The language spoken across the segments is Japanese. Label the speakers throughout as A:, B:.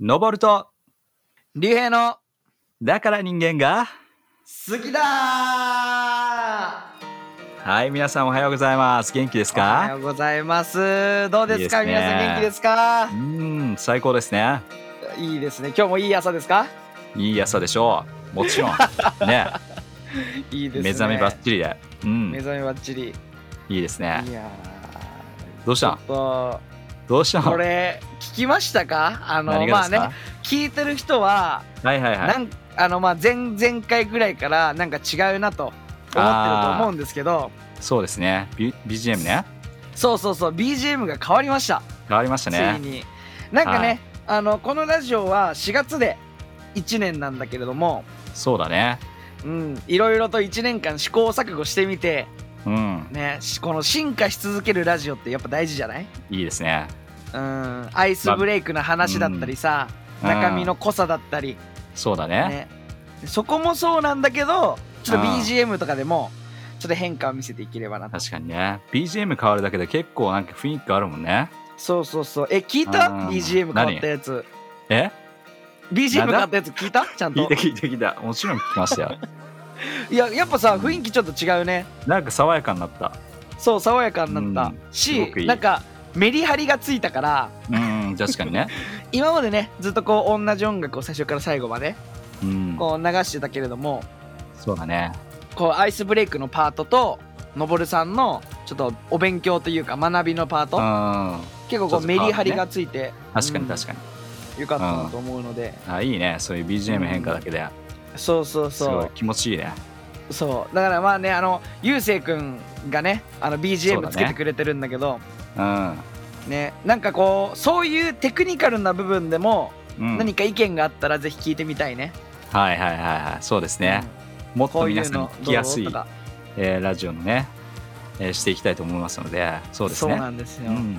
A: 登ると、
B: 竜兵の
A: だから人間が、
B: 好きだー
A: はい、皆さんおはようございます。元気です
B: おはよ
A: か
B: うございます。どうですか
A: いいですね
B: 皆さん元気ですか
A: うーん、最高ですね。
B: いいですね。今日もいい朝ですか
A: いい朝でしょう。もち ろん。ね、
B: いいですね。
A: 目覚めばっちりで。うん、
B: 目覚めばっちり。い
A: いいですね。
B: やー
A: どうした
B: ちょっ
A: どうした
B: と
A: の
B: これ聞きましたかあの
A: 何
B: ま
A: が
B: あ
A: ですか、
B: ね聞いてる人は
A: はいはいはい。
B: なんあのまあ前々回ぐらいからなんか違うなと思ってると思うんですけど
A: そうですね。B- BGM ね。
B: そうそうそう BGM が変わりました
A: 変わりました
B: つ
A: ね。
B: いになんかね、
A: はい
B: あのこのラジオは4月で1年なんだけれども
A: そうだね。
B: うんいろいろと1年間試行錯誤してみて
A: うん、
B: ねしこの進化し続けるラジオってやっぱ大事じゃない
A: いいですね。
B: うんアイスブレイクの話だったりさ、
A: うん
B: 中身の濃さだったり、
A: そうだね。
B: ね、そこもそうなんだけどちょっと
A: うん
B: BGM とかでもちょっと変化を見せていければなと
A: 確かにね。BGM 変わるだけで結構なんか雰囲気あるもんね。
B: そうそうそうえ聞いた
A: うん
B: BGM 変わったやつ
A: え
B: BGM
A: なんだ
B: 変わったやつ聞いたちゃん
A: 聞い
B: と
A: て聞いて聞いた。もちろん聞きました よ。
B: いややっぱさ雰囲気ちょっと違うね
A: なんか爽やかになった。
B: そう爽やかになっ
A: う
B: た、
A: すご
B: し
A: くいい
B: なんかメリハリがついたから
A: うんうん、確かにね。
B: 今までねずっとこう同じ音楽を最初から最後まで
A: うん、
B: こう流してたけれども
A: そうだね。
B: こうアイスブレイクのパートとのぼるさんのちょっとお勉強というか学びのパー
A: う
B: ト
A: ん、
B: 結構こ
A: ちょっ
B: う
A: と
B: メ
A: 変わ
B: リ
A: るね
B: ハリがついて
A: 確かに
B: うん
A: 確かに。
B: よかったなと思うので
A: あいいね、そういう BGM 変化だけで、
B: そうそう
A: すご
B: そ
A: い気持ちいいね。
B: うそうだからまあねあのゆうせいくんがねあの
A: そうだ
B: BGM
A: ね
B: つけてくれてるんだけど
A: うん。
B: ねなんかこうそういうテクニカルな部分でも
A: うん、
B: 何か意見があったらぜひ聞いてみたいね。
A: はいはいはいはい、そうですね。もっ
B: ことうい
A: 皆
B: う
A: さんに
B: の
A: 聞
B: ど
A: き
B: う
A: やすい
B: と、か
A: えーラジオのね、えーしていきたいと思いますので、そうです
B: そう
A: ね
B: な。んですよ、
A: うん。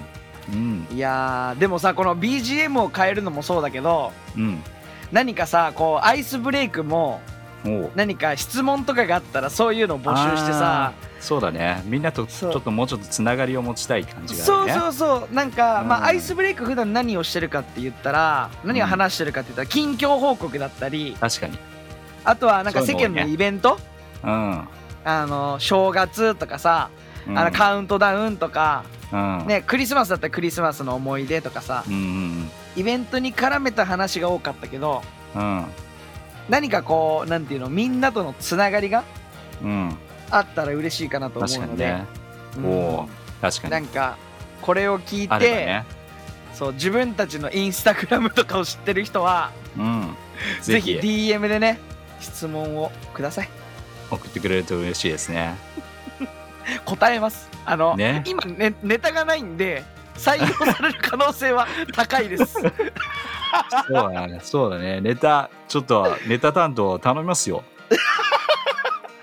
A: うん。
B: いやーでもさこの BGM を変えるのもそうだけど
A: うん。
B: 何かさこうアイスブレイクも
A: おう
B: 何か質問とかがあったらそういうのを募集してさ
A: そうだね。みんなとち
B: そう
A: ょっともうちょっとつながりを持ちたい感じが
B: そ
A: ある
B: う
A: ね。
B: そうそうなんか、
A: うん
B: まあ、アイスブレイク普段何をしてるかって言ったら何を話してるかって言ったら近況報告だったり
A: 確かに。
B: あとはなんか
A: そうい
B: 世
A: うの多いね
B: 間のイベント、
A: うん。
B: あの正月とかさ、
A: うん
B: あのカウントダウンとか、
A: うん。
B: ね、クリスマスだったらクリスマスの思い出とかさ
A: うんうん
B: イベントに絡めた話が多かったけど
A: うん。
B: 何かこうなんていうのみんなとのつながりが
A: うん。うん。
B: あったら嬉しいかなと思
A: 確
B: う
A: か
B: の
A: に
B: で、
A: ね。
B: うん
A: おー確か
B: な
A: に。
B: んかこれを聞い
A: あ
B: て、
A: ればね。
B: そう自分たちのインスタグラムとかを知ってる人は
A: うん。
B: ぜ
A: ぜ
B: ひ
A: ひ
B: DM でね質問をください
A: 送ってくれると嬉しいですね。
B: 答えますあの、
A: ね
B: 今ねネタがないんで採用される可能 性は高いです
A: そうだね、そうだね。ネタ、ちょっとネタ担当頼みます よ。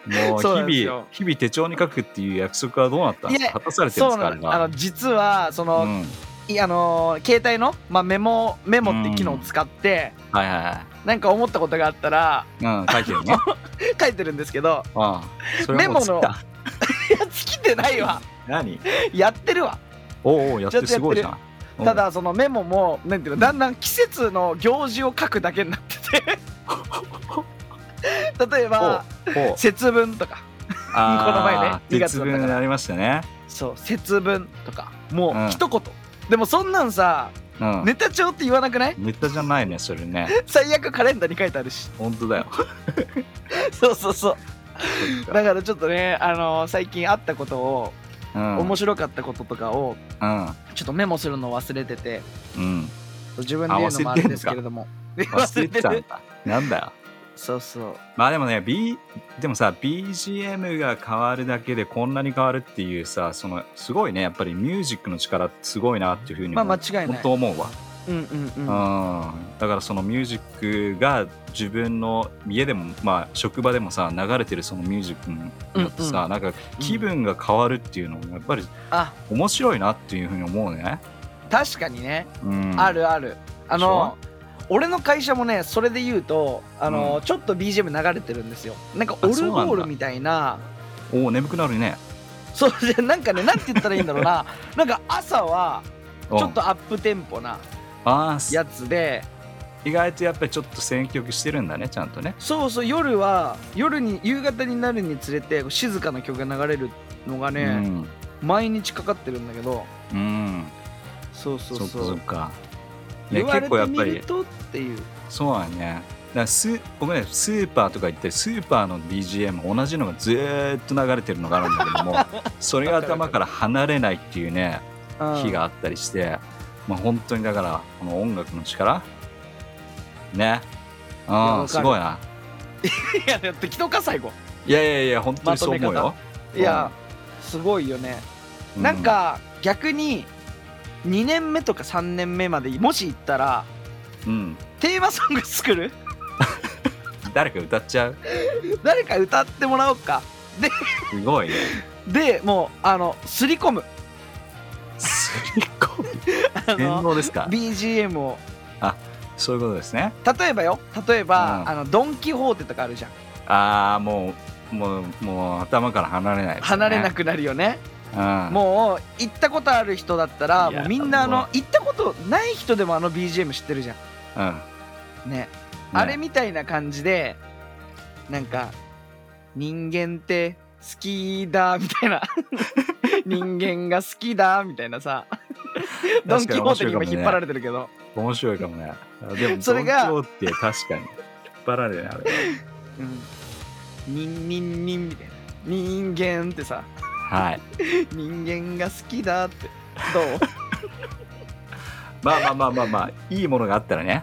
A: もう
B: そうなんです
A: 日
B: よ
A: 々、日々手帳に書くっていう約束はどうなったんです
B: いや
A: か果たされてるんです
B: そう
A: かあ
B: な
A: れ
B: のあ
A: は
B: の。実はその、
A: うんはい
B: いあの携帯の、まあ、メモメモって機能を使って、
A: はいは
B: なんか思ったことがあったら
A: い。うん、書いて るね。
B: 書いてるんですけど
A: うん。それはもう
B: メモの
A: 尽きた
B: いや尽きてないわ
A: 何
B: やってるわ
A: おうおう、やってる
B: ちょ
A: す
B: っとや
A: ご
B: って
A: いじ
B: る
A: ゃん。うん
B: た、だそのメモもなんていうのだんだん季節の行事を書くだけになってて例えば
A: おう
B: 節分とか
A: あー
B: この前ね2
A: 節
B: 月だったから
A: 分になりましたね。
B: そう節分とかも
A: うん
B: う一言、でもそんなんさ
A: うん。
B: ネタ帳って言わなくない
A: ネタじゃないね、それね。
B: 最悪カレンダーに書いてあるし
A: 本当だよ。
B: そうそうそう だからちょっとね、あのー最近あったことを、
A: うん。
B: 面白かったこととかを
A: うん。
B: ちょっとメモするのを忘れてて
A: うん。
B: 自分で言うのもあれですけれども
A: 忘れてた
B: 忘れ
A: んだ。なんだよ。
B: そうそう
A: まあでもね、B、でもさ BGM が変わるだけでこんなに変わるっていうさそのすごいねやっぱりミュージックの力ってすごいなっていうふうに
B: まあ
A: も
B: 間違いな
A: 本
B: い
A: 当思うわ、
B: うんうんうん
A: うん、だからそのミュージックが自分の家でも、まあ、職場でもさ流れてるそのミュージックによってさ、
B: うんう
A: なんか気分が変わるっていうのもやっぱり
B: あ
A: 面白いなっていうふうに思うね、
B: 確かにね
A: うん、
B: あるあるあの俺の会社もねそれで言うとあの、
A: う
B: ちょっと BGM 流れてるんですよなんかオ
A: あそう
B: ル
A: なんだ
B: ゴールみたいな
A: おお眠くなるね
B: そうじゃなんかねなんて言ったらいいんだろう ななんか朝は
A: うん
B: ちょっとアップテンポな
A: あーす
B: やつで
A: 意外とやっぱりちょっと選曲してるんだねちゃんとね
B: そうそう夜は夜に夕方になるにつれて静かな曲が流れるのがね、毎日かかってるんだけど
A: うん、うん、
B: そうそう
A: そ
B: そ
A: っかそ
B: う
A: っかね
B: 言わ
A: 結
B: れ
A: 構や
B: て
A: っ
B: み
A: ぱ
B: る
A: り
B: とっていう
A: そうだねだからス僕ねスーパーとか行ってスーパーの BGM 同じのがずーっと流れてるのがあるんだけ どもそれが頭から離れないっていうね
B: うん
A: 日があったりして、まあ、本当にだからこの音楽の力ね
B: や
A: う
B: わ
A: ん
B: か
A: す
B: る
A: ごいない
B: やいや適当か最後
A: いやいやいや本当にそう思うよ、
B: いやすごいよね
A: う
B: なんか逆に2年目とか3年目までもし行ったら
A: うん
B: テーマソング作る
A: 誰か歌っちゃう
B: 誰か歌ってもらおうか
A: すごいね
B: でもうあのすり込む
A: すり込む
B: あ
A: 天
B: の
A: 皇ですか
B: BGM を
A: そういうことですね
B: 例えばよ例えば、
A: うん
B: あのドン・キホーテとかあるじゃん
A: ああもうもうもう頭から離れないですね、
B: 離れなくなるよね
A: うん
B: もう行ったことある人だったら
A: いや
B: もうみんなあ
A: も
B: の行ったことない人でもあの BGM 知ってるじゃ
A: うん、
B: んね
A: ね
B: あれみたいな感じでなんか「人間って好きだ」みた いな「人間が好きだ」みたいなさドン・キホーテに今引っ張られてるけど
A: 面白いかもねでも
B: それが
A: ドンキホーテ確かに引っ張られるねあれ
B: 「うん、にんにんにん」みたいな「人間」ってさ
A: はい
B: 「人間が好きだ」ってどう
A: まあまあまあまあまあいいものがあったらね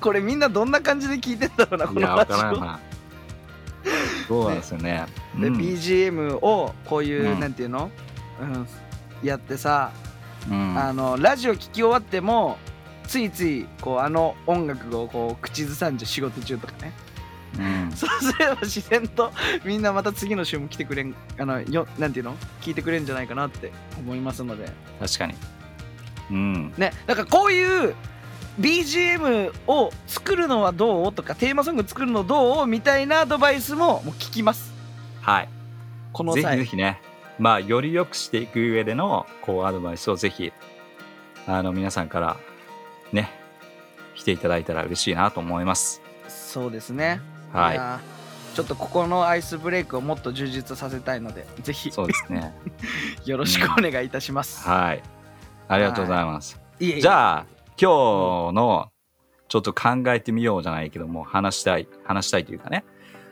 B: これみんなどんな感じで聞いてんだろうなこ
A: い
B: の
A: やわから
B: 話
A: ん
B: を。
A: なそうなんですよね
B: で、
A: うん
B: BGM をこういう、
A: うん
B: なんていうの、うん、やってさ、
A: うん
B: あのラジオ聞き終わってもついついこうあの音楽をこう口ずさんじゃう仕事中とかね
A: うん
B: そうすれば自然とみんなまた次の週も来てくれんあのよなんていうの聞いてくれんじゃないかなって思いますので
A: 確かにうん
B: ねだからこういう BGM を作るのはどうとかテーマソング作るのどうみたいなアドバイスももう聞きます
A: はい
B: この
A: ぜひ
B: 際
A: ぜひねまあより良くしていく上でのこうアドバイスをぜひあの皆さんからね来ていただいたら嬉しいなと思います
B: そうですね
A: はい
B: いやーちょっとここのアイスブレイクをもっと充実させたいのでぜひ
A: そうですね
B: よろしくお願いいたします、
A: はいありがとうございます
B: いえいえ
A: じゃあ今日のちょっと考えてみようじゃないけども話したい話したいというかね、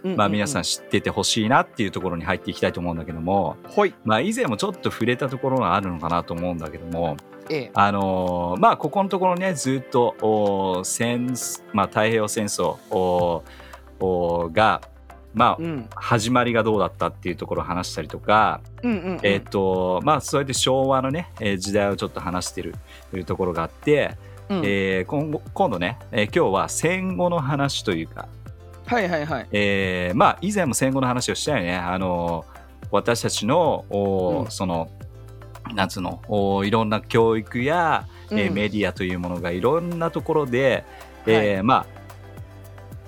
B: ううう
A: まあ、皆さん知っててほしいなっていうところに入っていきたいと思うんだけども、
B: ほい
A: まあ、以前もちょっと触れたところがあるのかなと思うんだけども
B: ええ
A: あのーまあここのところねずっとおー戦、まあ、太平洋戦争おーおーがまあ
B: うん
A: 始まりがどうだったっていうところを話したりとか、
B: うんうんうん
A: えっ、とまあそうやって昭和のね、えー時代をちょっと話してるというところがあって、
B: うん
A: えー今後今度ね、えー今日は戦後の話というか、
B: はいはいはい
A: えーまあ以前も戦後の話をしたよね、あのー私たちのおー、
B: うん
A: その夏のおーいろんな教育や、えー
B: うん
A: メディアというものがいろんなところで、えーまあ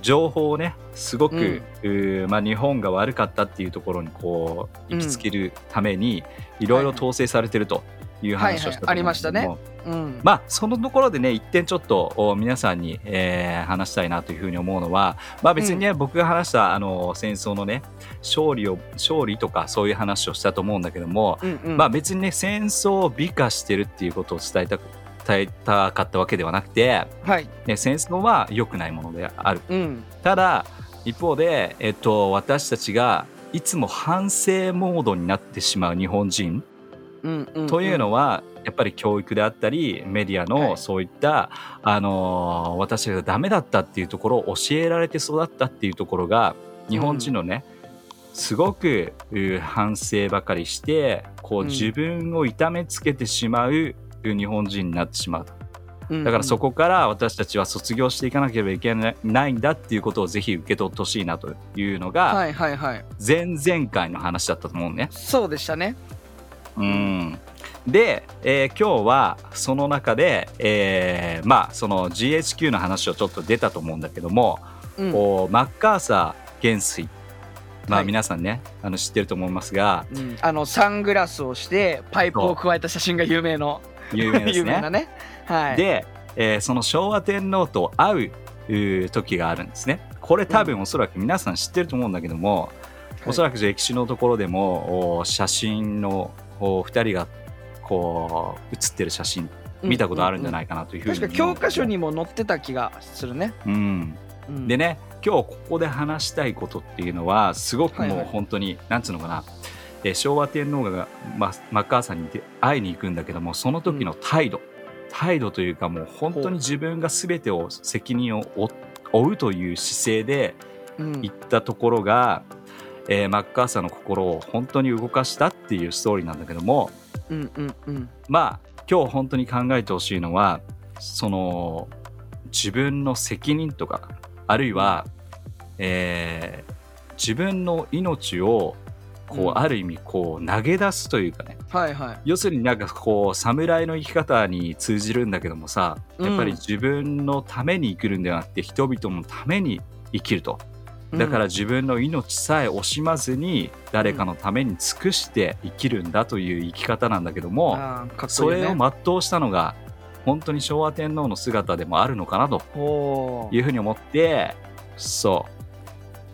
A: 情報をねすごく、
B: うん
A: うーまあ、日本が悪かったっていうところにこう行きつけるためにいろいろ統制されてるという話をしたと思うんですけども
B: はいはいありましたねうん
A: まあ、そのところでね、一点ちょっとお皆さんに、えー話したいなというふうに思うのは、まあ別にね、僕が話したあの戦争のね、勝利を、勝利とかそういう話をしたと思うんだけども、
B: うんうん
A: まあ別にね、戦争を美化してるっていうことを伝えたく、伝えたかったわけではなくて、
B: はい
A: ね、戦争は良くないものである。
B: うん
A: ただ、一方で、えっと、私たちがいつも反省モードになってしまう日本人、
B: うんうん
A: というのはやっぱり教育であったりメディア
B: は
A: の
B: い
A: そういった、あのー私たちがダメだったっていうところを教えられて育ったっていうところが日本人のね、すごくうー反省ばかりしてこう
B: うん
A: 自分を痛めつけてしまううー日本人になってしまうと
B: うん
A: だからそ
B: こ
A: こから私たちは卒業していかなければいけないないんだっていうことをぜひ受け取ってほしいなというのが
B: はいはいはい
A: 前々回の話だったと思うね。
B: そうでしたね
A: うん、で、えー今日はその中で、えーまあその GHQ の話をちょっと出たと思うんだけども、
B: うん
A: おマッカーサー元帥まあ
B: はい
A: 皆さんね、あの知ってると思いますが
B: うんあのサングラスをしてパイプを加えた写真が有名の
A: 有名です
B: 有名
A: ね
B: な。ねはい
A: で、えーその昭和天皇と会ううー時があるんですね。これ多分おそらく皆さん知ってると思うんだけども、おそ
B: ら、
A: らく歴史のところでもお写真のお二人がこう写ってる写真見たことあるんじゃないいかなというふう
B: うんうん
A: に
B: 確か教科
A: 思
B: 書
A: うんだ
B: にも載ってた気がするね。
A: けど、うん、で
B: ね、
A: ね今日ここで話したいことっていうのはすごく
B: はい
A: も
B: は
A: う
B: い
A: 本当に、なんつうのかな、えー昭和天皇が、ま、マッカーサーに会いに行くんだけどもその時の態度、態度というかもう本当
B: ほう
A: に自分が全てを責任を負負うという姿勢で
B: うん
A: 行ったところが、えーマッカーサーの心を本当に動かしたっていうストーリーなんだけども
B: うんうんうん
A: まあ今日本当に考えてほしいのはその自分の責任とかあるいは、えー自分の命をこ
B: うん
A: うある意味こう投げ出すというかね、
B: はいはい
A: 要するになんかこう侍の生き方に通じるんだけどもさやっぱり
B: うん
A: 自分のために生きるんではなくて人々のために生きると
B: うん
A: だから自分の命さえ惜しまずに誰かのために尽くして生きるんだという生き方なんだけども、
B: あーかっ
A: そ
B: こいい
A: れ
B: よ
A: を
B: ね。
A: 全うしたのが本当に昭和天皇の姿でもあるのかなと
B: ほう
A: いうふうに思ってそ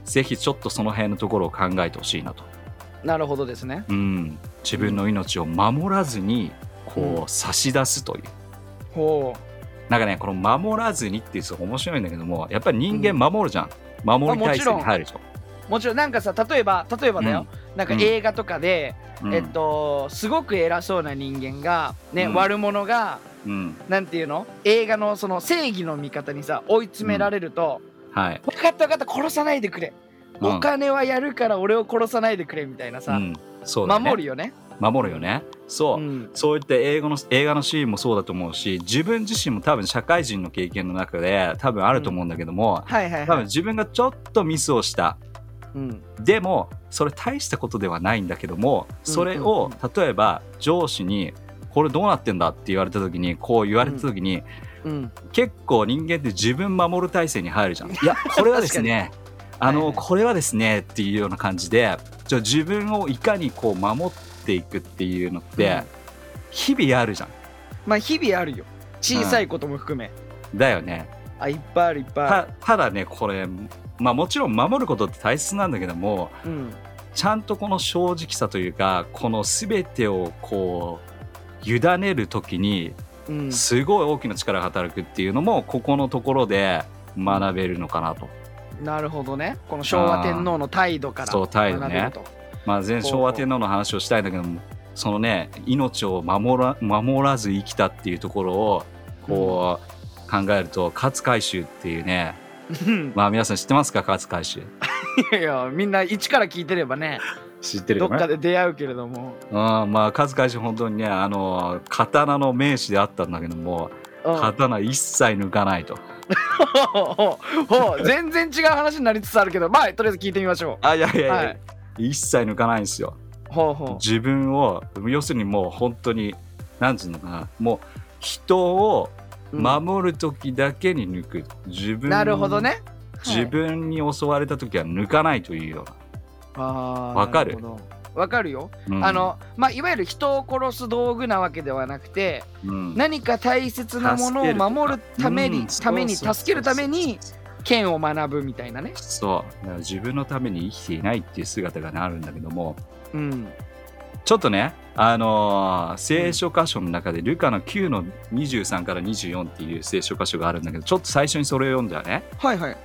A: うぜひちょっとその辺のところを考えてほしいなと、
B: なるほどですね。
A: うん、自分の命を守らずに
B: う
A: こう差し出すという、
B: ほ
A: なんかねこの「守らずに」っていうの面白いんだけどもやっぱり人
B: う
A: 間守るじゃん、守り体制
B: あも
A: に
B: ちろん
A: 入るでしょ、
B: うもちろんなんかさ例えば例えばだよ、なんか
A: うん
B: 映画とかで、
A: うん
B: えっとすごく偉そうな人間がね、
A: うん
B: 悪者が
A: うん
B: なんていうの映画のその正義の味方にさ追い詰められると、
A: はい、
B: 分かった分かった殺さないでくれ、
A: うん
B: お金はやるから俺を殺さないでくれみたいなさ、
A: うんそうだね、
B: 守るよね。
A: 守るよねそう、
B: うん
A: そういった英語の映画のシーンもそうだと思うし自分自身も多分社会人の経験の中で多分あると思うんだけども、
B: はいはい
A: 多
B: は
A: 分
B: い。
A: 自分がちょっとミスをした
B: うん
A: でもそれ大したことではないんだけどもそれを例えば上司に「これどうなってんだ?」って言われた時にこう言われた時に、
B: うん
A: 結構人間って自分守る体制に入るじゃん。いやこれはですねあの、
B: はいはい
A: これはですねっていうような感じでじゃあ自分をいかにこう守っていくっていうのって、
B: うん
A: 日々あるじゃん。
B: まあ日々あるよ小さいことも含め、
A: だよね
B: あいっぱいあるいっぱいあ
A: たただねこれまあもちろん守ることって大切なんだけども
B: る、うん、
A: ちゃんとこの正直さというかこの全てをこう委ねる時に
B: うん、
A: すごい大きな力が働くっていうのもここのところで学べるのかなと、
B: なるほどねこの昭和天皇の態度から
A: そう態度ね
B: 学べると
A: まあ、前
B: ほう
A: 昭和天皇の話をしたいんだけどもそのね命を守ら守らず生きたっていうところをこう、考えると勝海舟っていうね
B: うん
A: まあ皆さん知ってますか勝海舟
B: いやいやみんな一から聞いてればね
A: 知って
B: どっかで出会うけれども、
A: うん、まあ数々本当にねあの刀の名手であったんだけども
B: うん、
A: 刀一切抜かないと
B: ほうほうほう全然違う話になりつつあるけどまあとりあえず聞いてみましょ
A: あいやいやいや、
B: はい
A: 一切抜かないんですよ
B: うほうほ
A: 自分を要するにもう本当になんつうのかなもう人を
B: う、うん
A: 守る時だけに抜く、自分
B: なるほどね
A: 自分に襲われた時は抜かないというよわ
B: わ
A: かる
B: わかるよ、
A: うな、うん
B: あのまあいわゆる人を殺す道具なわけではなくて
A: うん
B: 何か大切なものを守るために、
A: うん
B: ために
A: そうそうそう
B: 助けるために剣を学ぶみたいなね
A: そうだから自分のために生きていないっていう姿がねあるんだけども、
B: うん
A: ちょっとね、あのー聖書箇所の中で、ルカの9の23から24っていう聖書箇所があるんだけど、ちょっと最初にそれを読んだよね。
B: はいはい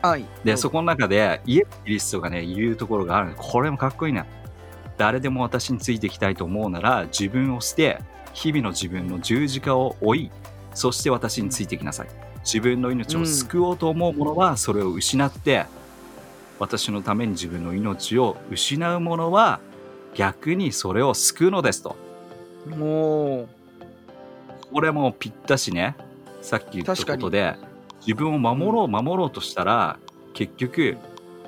B: はい
A: で、そこの中で、イエス・キリストがね、言うところがあるんだこれもかっこいいな。誰でも私についてきたいと思うなら、自分を捨て、日々の自分の十字架を追い、そして私についてきなさい。自分の命を救おうと思う者は、それを失って、私のために自分の命を失う者は、逆にそれを救うのですと。
B: も
A: これもぴったしねさっき言った
B: 確か
A: こ
B: に
A: とで自分を守ろう守ろうとしたら結局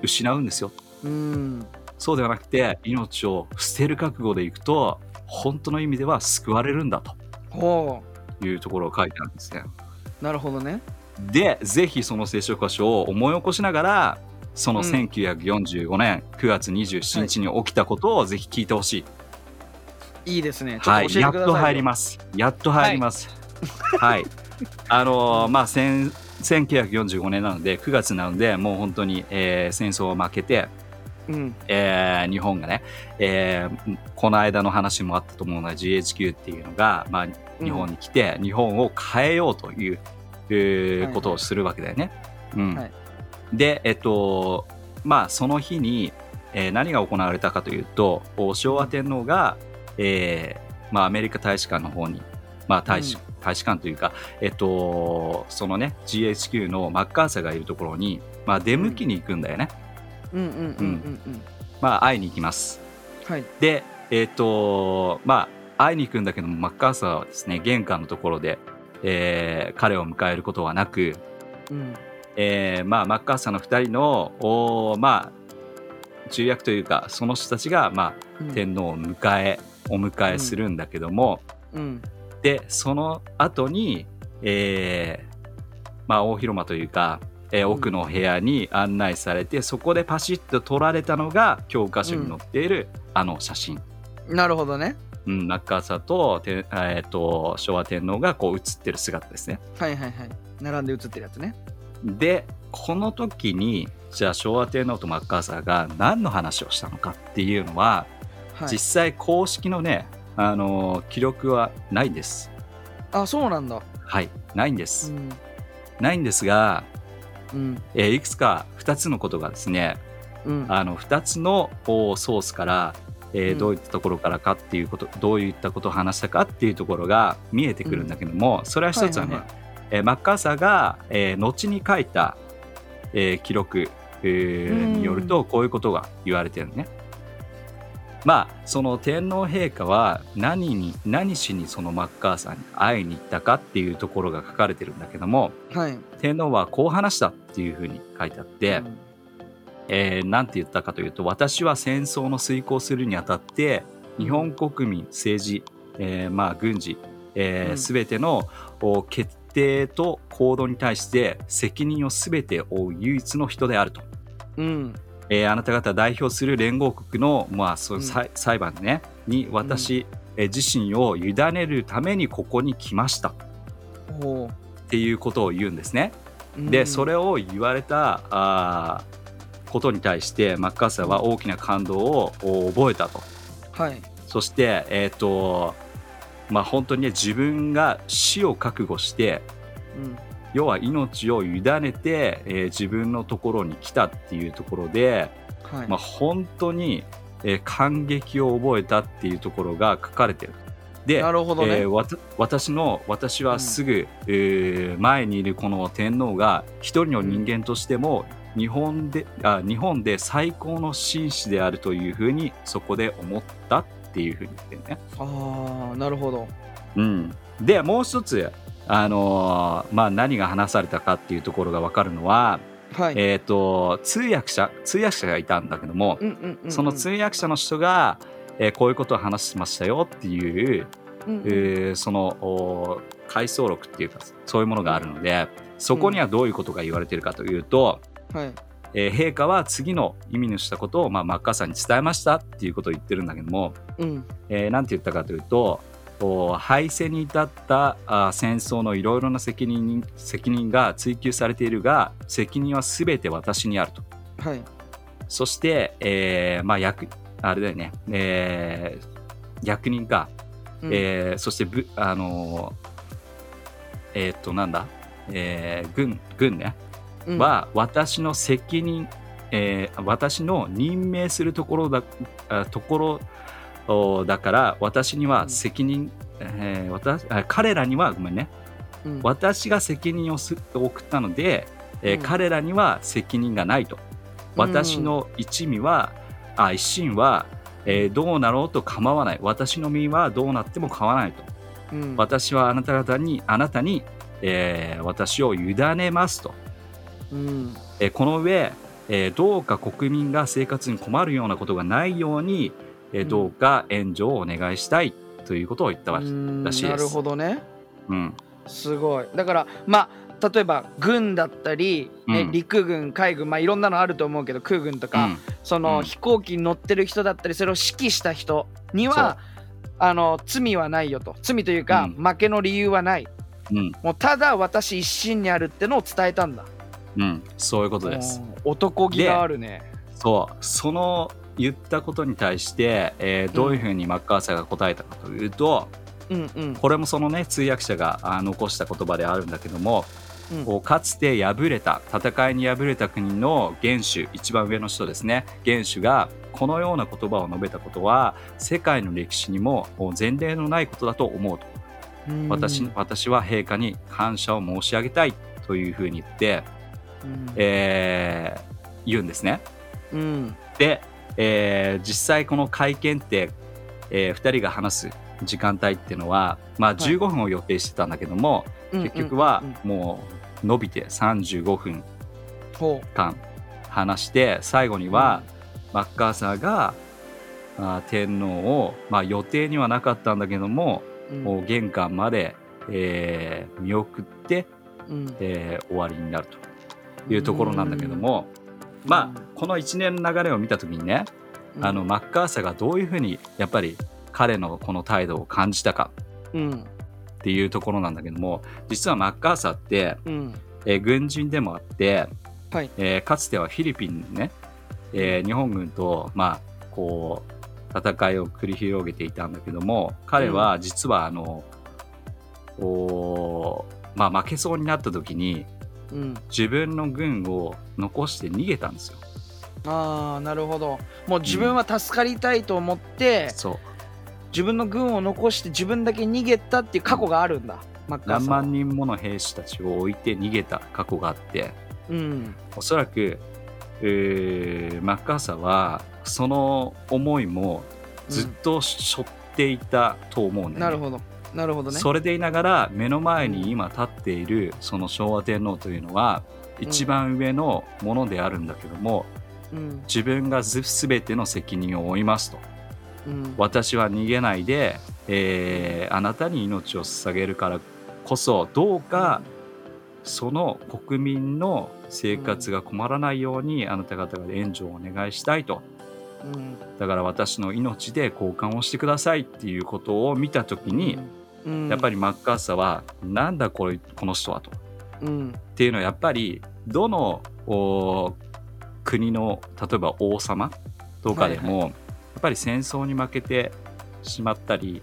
A: 失うんですよ
B: ううん
A: そうではなくて命を捨てる覚悟でいくと本当の意味では救われるんだ
B: ほ
A: というところを書いてあるんですね
B: うなるほどね
A: でぜひその聖書箇所を思い起こしながらその
B: うん
A: 1945年9月27日に起きたことをぜひ聞いてほしい、
B: いいですねちょ
A: は
B: っ
A: い
B: と教え
A: や
B: て
A: っ
B: くださいよ、
A: と入りますやっと入りますはい、あのーまあ、千1945年なので9月なのでもう本当に、えー戦争を負けて、
B: うん
A: えー日本がね、えーこの間の話もあったと思うのは GHQ っていうのが、まあ、日本に来て、日本を変えようという、えー
B: はいはい
A: ことをするわけだよね。うん
B: はい
A: で、えっとまあ、その日に、えー何が行われたかというとお昭和天皇が、えーまあ、アメリカ大使館の方に、まあ大使
B: うん
A: 大使館というか、えっと、そのね GHQ のマッカーサーがいるところに、まあ、出向きに行くんだよね、
B: うんうんうんうんうん
A: まあ、会いに行きます。
B: はい
A: で、えっとまあ、会いに行くんだけどもマッカーサーはですね玄関のところで、えー彼を迎えることはなく、
B: うん
A: えーまあ、マッカーサーの2人のおー、まあ、重役というかその人たちが、まあ、
B: うん
A: 天皇を迎えお迎えするんだけども、
B: うん
A: でその後に、えーまあ、大広間というか、えー
B: うん
A: 奥の部屋に案内されてそこでパシッと撮られたのが教科書に載っている、あの写真。
B: なるほどね
A: うん、マッカーサーと,、てえー、と昭和天皇がこう写ってる姿ですね。
B: はいはいはい並んで写ってるやつね
A: でこの時にじゃあ昭和天皇とマッカーサーが何の話をしたのかっていうのは、
B: はい
A: 実際公式のね、あのー記録はないんです
B: あそうなんだ
A: はいないんで
B: う
A: す、
B: ん
A: ないんですが、
B: うん
A: えーいくつか2つのことがですね
B: うん
A: あの2つのおーソースから、えー
B: うん
A: どういったところからかっていうことどういったことを話したかっていうところが見えてくるんだけども、それは1つはね、
B: はいはい
A: えーマッカーサーが、えー後に書いた、えー記録、えー
B: うん
A: によるとこういうことが言われてるね。まあその天皇陛下は何に何しにそのマッカーサーに会いに行ったかっていうところが書かれてるんだけども
B: はい
A: 天皇はこう話したっていうふうに書いてあって。
B: うん
A: えーなんて言ったかというと私は戦争の遂行するにあたって日本国民政治、えーまあ、軍事、えー
B: うん
A: 全てのお決定と行動に対して責任を全て負う唯一の人であると、
B: うん
A: えーあなた方代表する連合国の、まあ、そう
B: うん
A: 裁裁判、ね、に私、えー自身を委ねるためにここに来ましたっ
B: ほ
A: ていうことを言うんですね。
B: う
A: でそれを言われたあーことに対してマッカーサーは大きな感動をお覚えたと
B: はい
A: そして、えーとまあ、本当に、ね、自分が死を覚悟して
B: うん
A: 要は命を委ねて、えー自分のところに来たっていうところで、
B: はい
A: まあ、本当に、えー感激を覚えたっていうところが書かれてる。で
B: なるほど
A: えー
B: ね
A: わた私の私はすぐ、えー前にいるこの天皇が一人の人間としても日本で、あ日本で最高の紳士であるというふうにそこで思ったっていうふうに言ってるね。
B: ああなるほど
A: うん、でもう一つ、あのーまあ、何が話されたかっていうところが分かるのは、
B: はい
A: えー、と通訳者通訳者がいたんだけども、
B: うんうんうん
A: その通訳者の人が、えーこういうことを話してましたよっていう
B: うんうん
A: えーそのお回想録っていうかそういうものがあるのでそこにはどういうことが言われているかというと、
B: はい
A: えー陛下は次の意味のしたことを、まあ、マッカーサーに伝えましたっていうことを言ってるんだけども、
B: うん
A: えーなんて言ったかというとお敗戦に至ったあ戦争のいろいろな責任に責任が追及されているが責任は全て私にあると。
B: はい
A: そして、えーまあ、役あれだよね、えー役人か
B: うん
A: えーそしてぶあのーえーっとなんだ、えー軍軍ね、
B: うん
A: は私の責任、えー私の任命するところだあところおだから私には責任、えー私あ彼らにはごめんね
B: うん
A: 私が責任をす送ったので、えー
B: うん
A: 彼らには責任がないと私の一味は、あ一心は、えーどうなろうと構わない私の身はどうなっても構わないと
B: うん
A: 私はあなた方にあなたに、えー私を委ねますと、
B: うん
A: えーこの上、えーどうか国民が生活に困るようなことがないように、えー
B: うん
A: どうか援助をお願いしたいということを言ったわけ、うん
B: うん
A: らしいです
B: なるほどね
A: うん
B: すごいだからまあ例えば軍だったり、ね
A: うん
B: 陸軍海軍まあいろんなのあると思うけど空軍とか、そ
A: う
B: の、
A: ん
B: 飛行機に乗ってる人だったりそれを指揮した人にはあの罪はないよと罪というか、
A: うん
B: 負けの理由はない
A: うん
B: もうただ私一心にあるってのを伝えたんだ
A: うん、そういうことです。
B: うん男気があるね
A: そうその言ったことに対して、えーどういうふうにマッカーサーが答えたかというと、
B: うんうん
A: これもそのね通訳者があー残した言葉であるんだけども、
B: うん
A: こうかつて敗れた戦いに敗れた国の元首一番上の人ですね元首がこのような言葉を述べたことは世界の歴史にももう前例のないことだと思うと
B: うん
A: 私,、
B: うん
A: 私は陛下に感謝を申し上げたいというふうに言って、えー言うんですね。
B: うん
A: で、えー実際この会見って、え2人が話す時間帯っていうのは、まあ、
B: い
A: 15分を予定してたんだけども、結局は
B: うんうんうん
A: もう伸びて35分
B: ほう
A: 間話して最後にはマッカーサーがあー天皇を、まあ、予定にはなかったんだけども,、
B: うん
A: もう玄関まで、えー見送って、
B: うん
A: えー終わりになるというところなんだけども、まあこの1年の流れを見た時にね
B: うん
A: あのマッカーサーがどういうふうにやっぱり彼のこの態度を感じたか
B: うん
A: っていうところなんだけども実はマッカーサーって、
B: うん
A: えー軍人でもあって、
B: はい
A: えーかつてはフィリピンにね、えー日本軍とまあこう戦いを繰り広げていたんだけども彼は実はあの、おーまあ、負けそうになった時に
B: うん
A: 自分の軍を残して逃げたんですよ。
B: ああなるほどもう自分は助かりたいと思って、
A: そう
B: 自分の軍を残して自分だけ逃げたっていう過去があるんだ、マッカー
A: 何
B: サー
A: 万人もの兵士たちを置いて逃げた過去があって
B: うん
A: おそらく、えーマッカーサーはその思いもずっと背負っていたと思うんだよね
B: なるほどなるほどね
A: それでいながら目の前に今立っているその昭和天皇というのは一番上のものであるんだけども、
B: うん
A: 自分がず全ての責任を負いますと
B: うん
A: 私は逃げないで、えーあなたに命を捧げるからこそどうか、その国民の生活が困らないようにあなた方が援助をお願いしたいと
B: うん
A: だから私の命で交換をしてくださいっていうことを見た時に、
B: うん、
A: やっぱりマッカーサーはなんだこれこの人はと。っ
B: り、うん、
A: ていうのはやっぱりどのお国の例えば王様とかでも、やっぱり戦争に負けてしまったり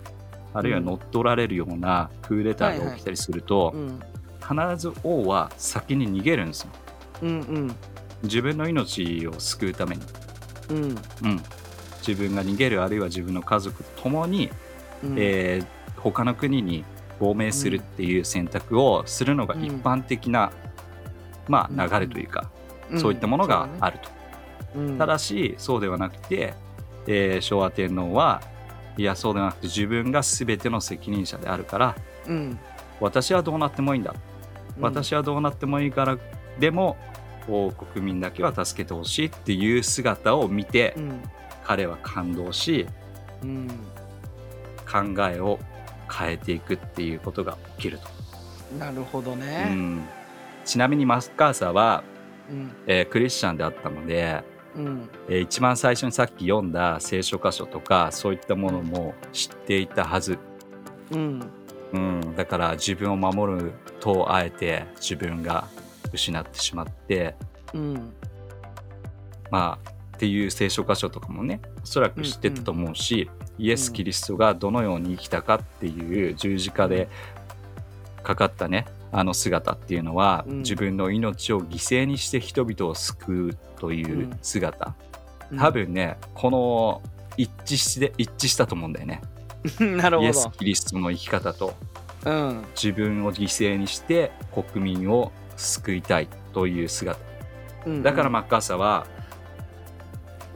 A: あるいは乗っ取られるようなクーデターが起きたりすると
B: う、ん
A: 必ず王は先に逃げるんですよ。
B: うんうん
A: 自分の命を救うために、
B: うん
A: うん、自分が逃げるあるいは自分の家族と共に、
B: うん
A: えー他の国に亡命するっていう選択をするのが
B: うん
A: 一般的な、ま
B: うん
A: あ、流れというか、
B: ん
A: そういったものがあると、
B: そうだねうん
A: ただしそうではなくて、えー昭和天皇はいやそうではなくて自分が全ての責任者であるから
B: うん
A: 私はどうなってもいいんだ
B: うん
A: 私はどうなってもいいからでもこう国民だけは助けてほしいっていう姿を見て、
B: うん
A: 彼は感動し
B: うん
A: 考えを変えていくっていうことが起きると、
B: なるほど
A: う
B: ね
A: ん、ちなみにマッカーサーは、
B: うん
A: えークリスチャンであったので、
B: うん
A: えー一番最初にさっき読んだ聖書箇所とかそういったものも知っていたはず、
B: うん
A: うん、だから自分を守るとあえて自分が失ってしまって
B: うん
A: まあっていう聖書箇所とかもねおそらく知ってたと思うし、イエス・キリストがどのように生きたかっていう十字架でかかったねあの姿っていうのは、
B: うん
A: 自分の命を犠牲にして人々を救うという姿、多分ねこの一致して一致したと思うんだよね
B: うん なる
A: イ
B: ほ
A: エス・
B: ど
A: キリストの生き方と
B: うん
A: 自分を犠牲にして国民を救いたいという姿
B: うん
A: だからマッカーサーは、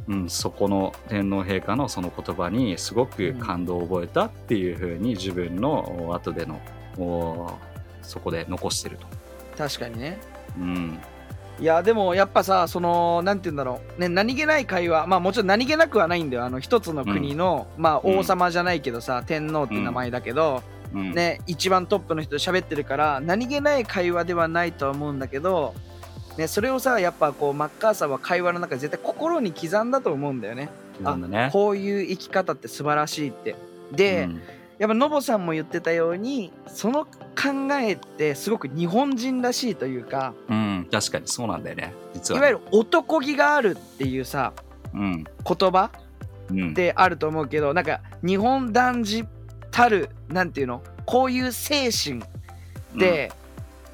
A: うん、そこの天皇陛下のその言葉にすごく感動を覚えたっていうふうに自分のお後でのおそこで残してると。
B: 確かにね
A: うん
B: いやでもやっぱさそのなんて言うんだろう、ね、何気ない会話まあもちろん何気なくはないんだよあの一つの国の、まあ
A: うん
B: 王様じゃないけどさ、天皇って名前だけど、
A: うん
B: ね一番トップの人と喋ってるから何気ない会話ではないとは思うんだけど、ね、それをさやっぱこうマッカーサーは会話の中で絶対心に刻んだと思うんだよね
A: なんだね。
B: こういう生き方って素晴らしいってで、
A: うん
B: やっぱノボさんも言ってたようにその考えってすごく日本人らしいというか
A: うん、確かにそうなんだよね。実
B: い
A: は
B: わ
A: ね、
B: ゆる男気があるっていうさ
A: うん。
B: 言葉
A: うん
B: っ。てあると思うけどなんか日本男児たるなんていうのこういう精神って、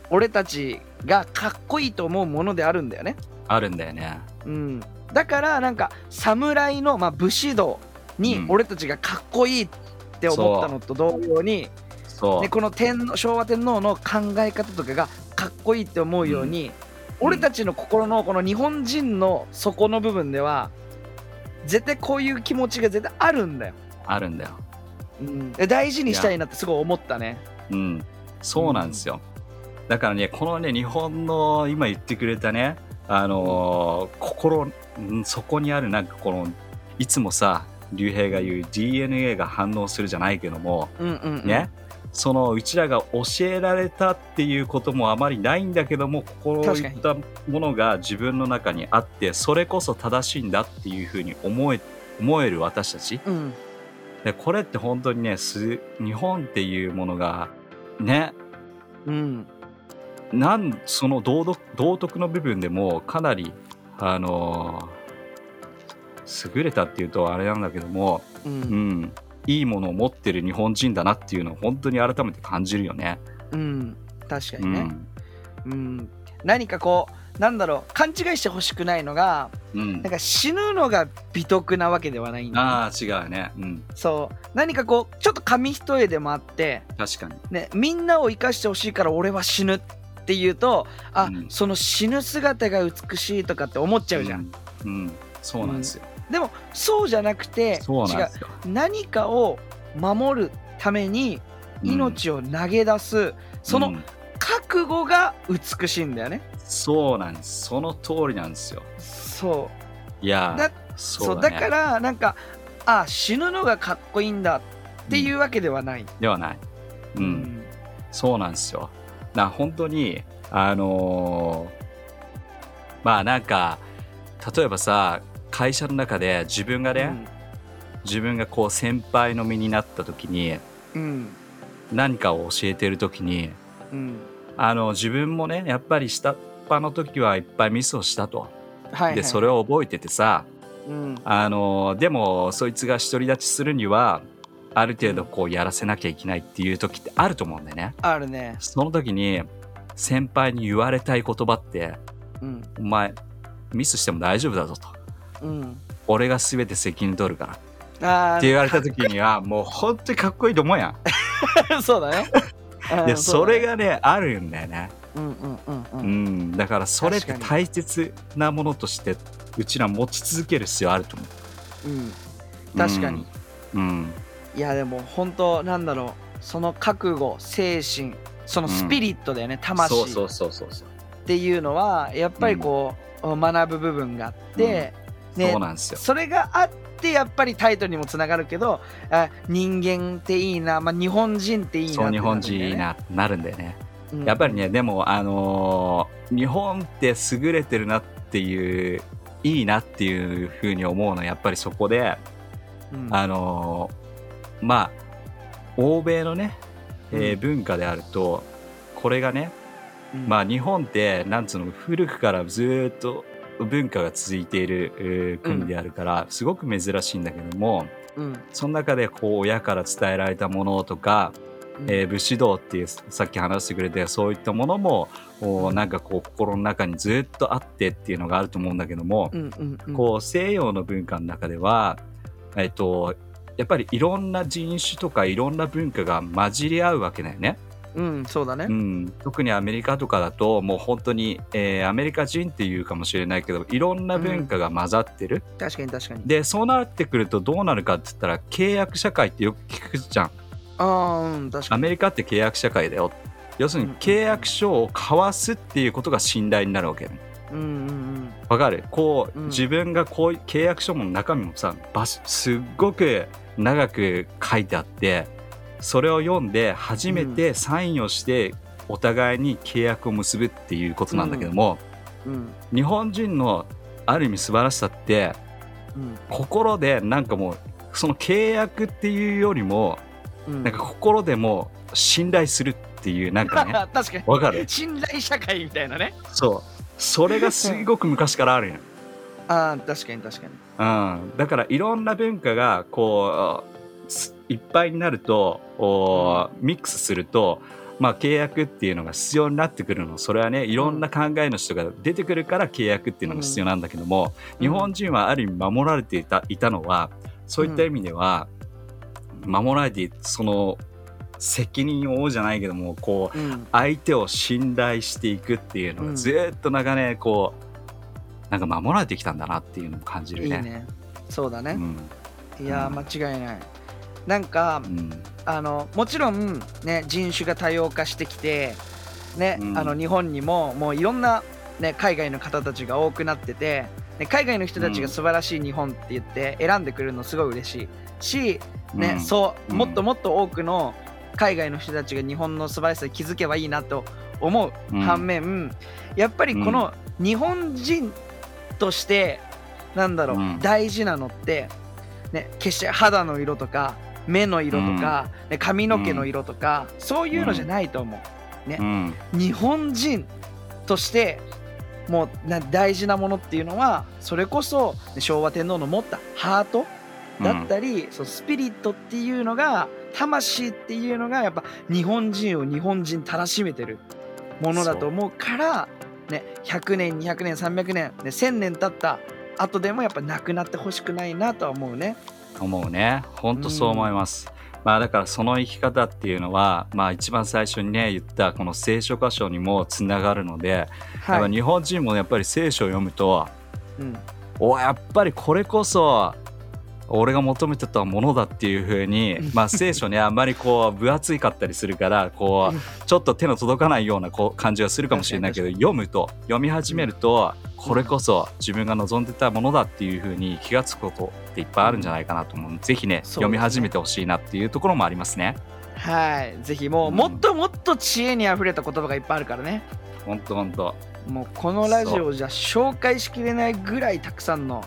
B: 俺たちがかっこいいと思うものであるんだよね。
A: うんあるんだよね。
B: うん、だからなんか侍の、まあ、武士道に
A: うん
B: 俺たちがかっこいいって思ったのと同様に、
A: そう。
B: ね、この天皇昭和天皇の考え方とかがかっこいいって思うように、俺たちの心のこの日本人の底の部分では絶対こういう気持ちが絶対あるんだよ。
A: あるんだよ。
B: うん、大事にしたいなってすごい思ったね。
A: うん。そうなんですよ。だからね、このね、日本の今言ってくれたね、あのー心、うんそこにあるなんかこの、いつもさ、竜兵が言う DNA が反応するじゃないけども、
B: うんうんうん、
A: ね、そのうちらが教えられたっていうこともあまりないんだけどもこういったものが自分の中にあってそれこそ正しいんだっていうふうに思え思える私たち
B: うん、
A: でこれって本当にねす日本っていうものがね
B: うん、
A: なんその道徳道徳の部分でもかなりあのー優れたっていうとあれなんだけども、
B: う、
A: うんん、いいものを持ってる日本人だなっていうのを本当に改めて感じるよね。
B: うん、確か
A: う
B: にね。
A: ん
B: うん、何かこうなんだろう勘違いしてほしくないのが
A: うん
B: なんか死ぬのが美徳なわけではないんだ
A: ああ違うねうん
B: そう何かこうちょっと紙一重でもあって、
A: 確かに
B: ね、みんなを生かしてほしいから俺は死ぬって言うとあ、
A: うん
B: その死ぬ姿が美しいとかって思っちゃうじゃん、
A: うん、うんそうなんですよ、
B: でもそうじゃなくて
A: そうなん
B: 違
A: で
B: う
A: すよ
B: 何かを守るために命を投げ出す、そ
A: うん
B: の覚悟が美しいんだよね、
A: そうなんですその通りなんですよ
B: そう
A: いやー
B: だそう
A: そうだ,、
B: だ
A: ね、
B: からなんかあ死ぬのがかっこいいんだっていうわけではない、
A: ではないうん、そうなんですよな本当にあのーまあなんか例えばさ会社の中で自分がね、自分がこう先輩の身になった時に
B: うん
A: 何かを教えてる時に
B: うん、うん
A: あの自分もねやっぱり下っ端の時はいっぱいミスをしたと、
B: はい、はい、
A: でそれを覚えててさ
B: うん
A: あのでもそいつが独り立ちするにはある程度こうやらせなきゃいけないっていう時ってあると思うんだよね
B: あるね
A: その時に先輩に言われたい言葉って
B: うん
A: 「お前ミスしても大丈夫だぞ」と
B: うん
A: 「俺が全て責任取るから」っ
B: あー
A: て言われた時にはもう本当にかっこいいと思う やん
B: そうだね
A: いやそれ
B: が
A: がねあるんだよね
B: うんうんうんう
A: うんんだからそれって
B: 確か
A: 大切なものとしてうちら持ち続ける必要あると思う
B: うん確かに、
A: うん
B: いやでも本当なんだろうその覚悟精神そのスピリットだよね、魂
A: そうそうそうそうそう
B: っていうのはやっぱりこう、学ぶ部分があって、ね
A: そうなんですよ
B: それがあってやっぱりタイトルにもつながるけどあ人間っていいな、まあ、日本人っていいなって
A: そう日本
B: な
A: 人
B: るんだ
A: いい
B: よね、
A: なってなるんだよね、
B: うん
A: やっぱりねでもあのー日本って優れてるなっていういいなっていうふうに思うのはやっぱりそこで
B: うん
A: あのーまあ欧米のね、えー
B: うん
A: 文化であるとこれがね
B: うん
A: まあ日本ってなんつうの古くからずーっと文化が続いているえー国であるから、すごく珍しいんだけども
B: うん
A: その中でこう親から伝えられたものとかえー武士道っていうさっき話してくれたそういったものもおーなんかこう心の中にずっとあってっていうのがあると思うんだけども、
B: うんうんうん
A: こう西洋の文化の中では、えっとやっぱりいろんな人種とかいろんな文化が混じり合うわけだよね、
B: うんそうだね
A: うん、特にアメリカとかだともう本当に、えーアメリカ人っていうかもしれないけどいろんな文化が混ざってる、
B: 確かに確かに
A: でそうなってくるとどうなるかって言ったら契約社会ってよく聞くじゃん
B: ああうん確か
A: ア
B: に
A: メリカって契約社会だよ要するに
B: うん
A: 契約書を交わすっていうことが信頼になるわけね
B: うんうんうん
A: わかるこう、
B: うん
A: 自分がこう契約書も中身もさばしすっごく長く書いてあってそれを読んで初めてサインをしてお互いに契約を結ぶっていうことなんだけども、
B: うん
A: 日本人のある意味素晴らしさって
B: うん
A: 心でなんかもうその契約っていうよりも
B: うん
A: なんか心でも信頼するっていうなんかね
B: 確かに
A: わかる
B: 信頼社会みたいなね
A: そうそれがすごく昔からあるやん
B: あー確かに確かに
A: うん、だからいろんな文化がこうすいっぱいになるとおーミックスすると、まあ、契約っていうのが必要になってくるのそれはねいろんな考えの人が出てくるから契約っていうのが必要なんだけども、
B: うん
A: 日本人はある意味守られていたいたのはそういった意味では、守られていその責任を負うじゃないけどもこう
B: うん
A: 相手を信頼していくっていうの
B: う
A: が
B: ん
A: ずーっと長年こうなんか守られてきたんだなっていうのを感じ
B: い
A: る
B: い
A: ね。
B: ねそうだね
A: う、ん
B: いやー間違いないなんか
A: うん
B: あのもちろんね人種が多様化してきてね、
A: うん
B: あの日本にももういろんな、ね、海外の方たちが多くなってて、ね、海外の人たちが素晴らしい日本って言って選んでくるのすごい嬉しいし、ね
A: うん
B: そう
A: うん
B: もっともっと多くの海外の人たちが日本の素晴らしさに気づけばいいなと思う
A: うん
B: 反面やっぱりこの日本人としてなんだろう
A: うん
B: 大事なのってね決して肌の色とか目の色とかね髪の毛の色とかそういうのじゃないと思
A: うん
B: う日本人としてもうな大事なものっていうのはそれこそね昭和天皇の持ったハートだったり、そうスピリットっていうのが魂っていうのがやっぱ日本人を日本人たらしめてるものだと思うからね、100年200年300年、ね、1000年経った後でもやっぱなくなってほしくないなとは思うね。
A: 思うね本当そう思います、まあだからその生き方っていうのはまあ一番最初にね言ったこの聖書箇所にもつながるので、やっ
B: は
A: ぱ
B: い
A: 日本人もやっぱり聖書を読むと
B: うん
A: おやっぱりこれこそ俺が求めてたものだっていう風に
B: うん
A: まあ聖書ねあんまりこう分厚いかったりするからこ
B: うん
A: うちょっと手の届かないようなこう感じがするかもしれないけど
B: 確
A: 読むと読み始めるとこれこそ自分が望んでたものだっていう風に気がつくことっていっぱいあるんじゃないかなと思うのでぜひね
B: そうですね
A: 読み始めてほしいなっていうところもありますね。
B: はい、ぜひもう、
A: うん
B: もっともっと知恵にあふれた言葉がいっぱいあるからね
A: ほんとほんと
B: もうこのラジオじゃ紹介しきれないぐらいたくさんの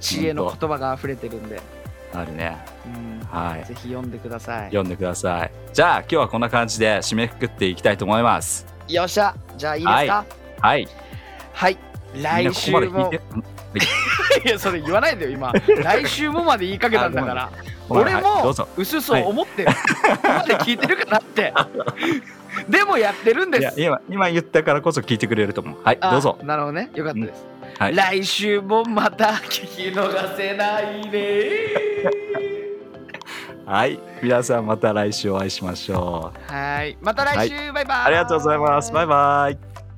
B: 知恵の言葉があふれてるんで、
A: あるね。
B: うん
A: はい
B: ぜひ読んでください。
A: 読んでください。じゃあ今日はこんな感じで締めくくっていきたいと思います。
B: よっしゃじゃあいいですか
A: はい。
B: はい。
A: みんな
B: 来
A: こ
B: 週
A: こまで聞い
B: も
A: て。
B: いや、それ言わないでよ、 今。来週もまで言いかけたんだから。
A: ごめん
B: 俺
A: はいど
B: も
A: うぞ。、
B: うすうす思ってる。今まで聞いてるかな って。でもやってるん
A: いや
B: です。
A: 今今言ったからこそ聞いてくれると思う。はい、
B: あ
A: どうぞ。
B: なるほどね。よかったです。
A: はい
B: 来週もまた聞き逃せない ね。
A: はい、皆さんまた来週お会いしましょう。
B: はい。また来週、バイバイ。
A: ありがとうございます。バイバイ。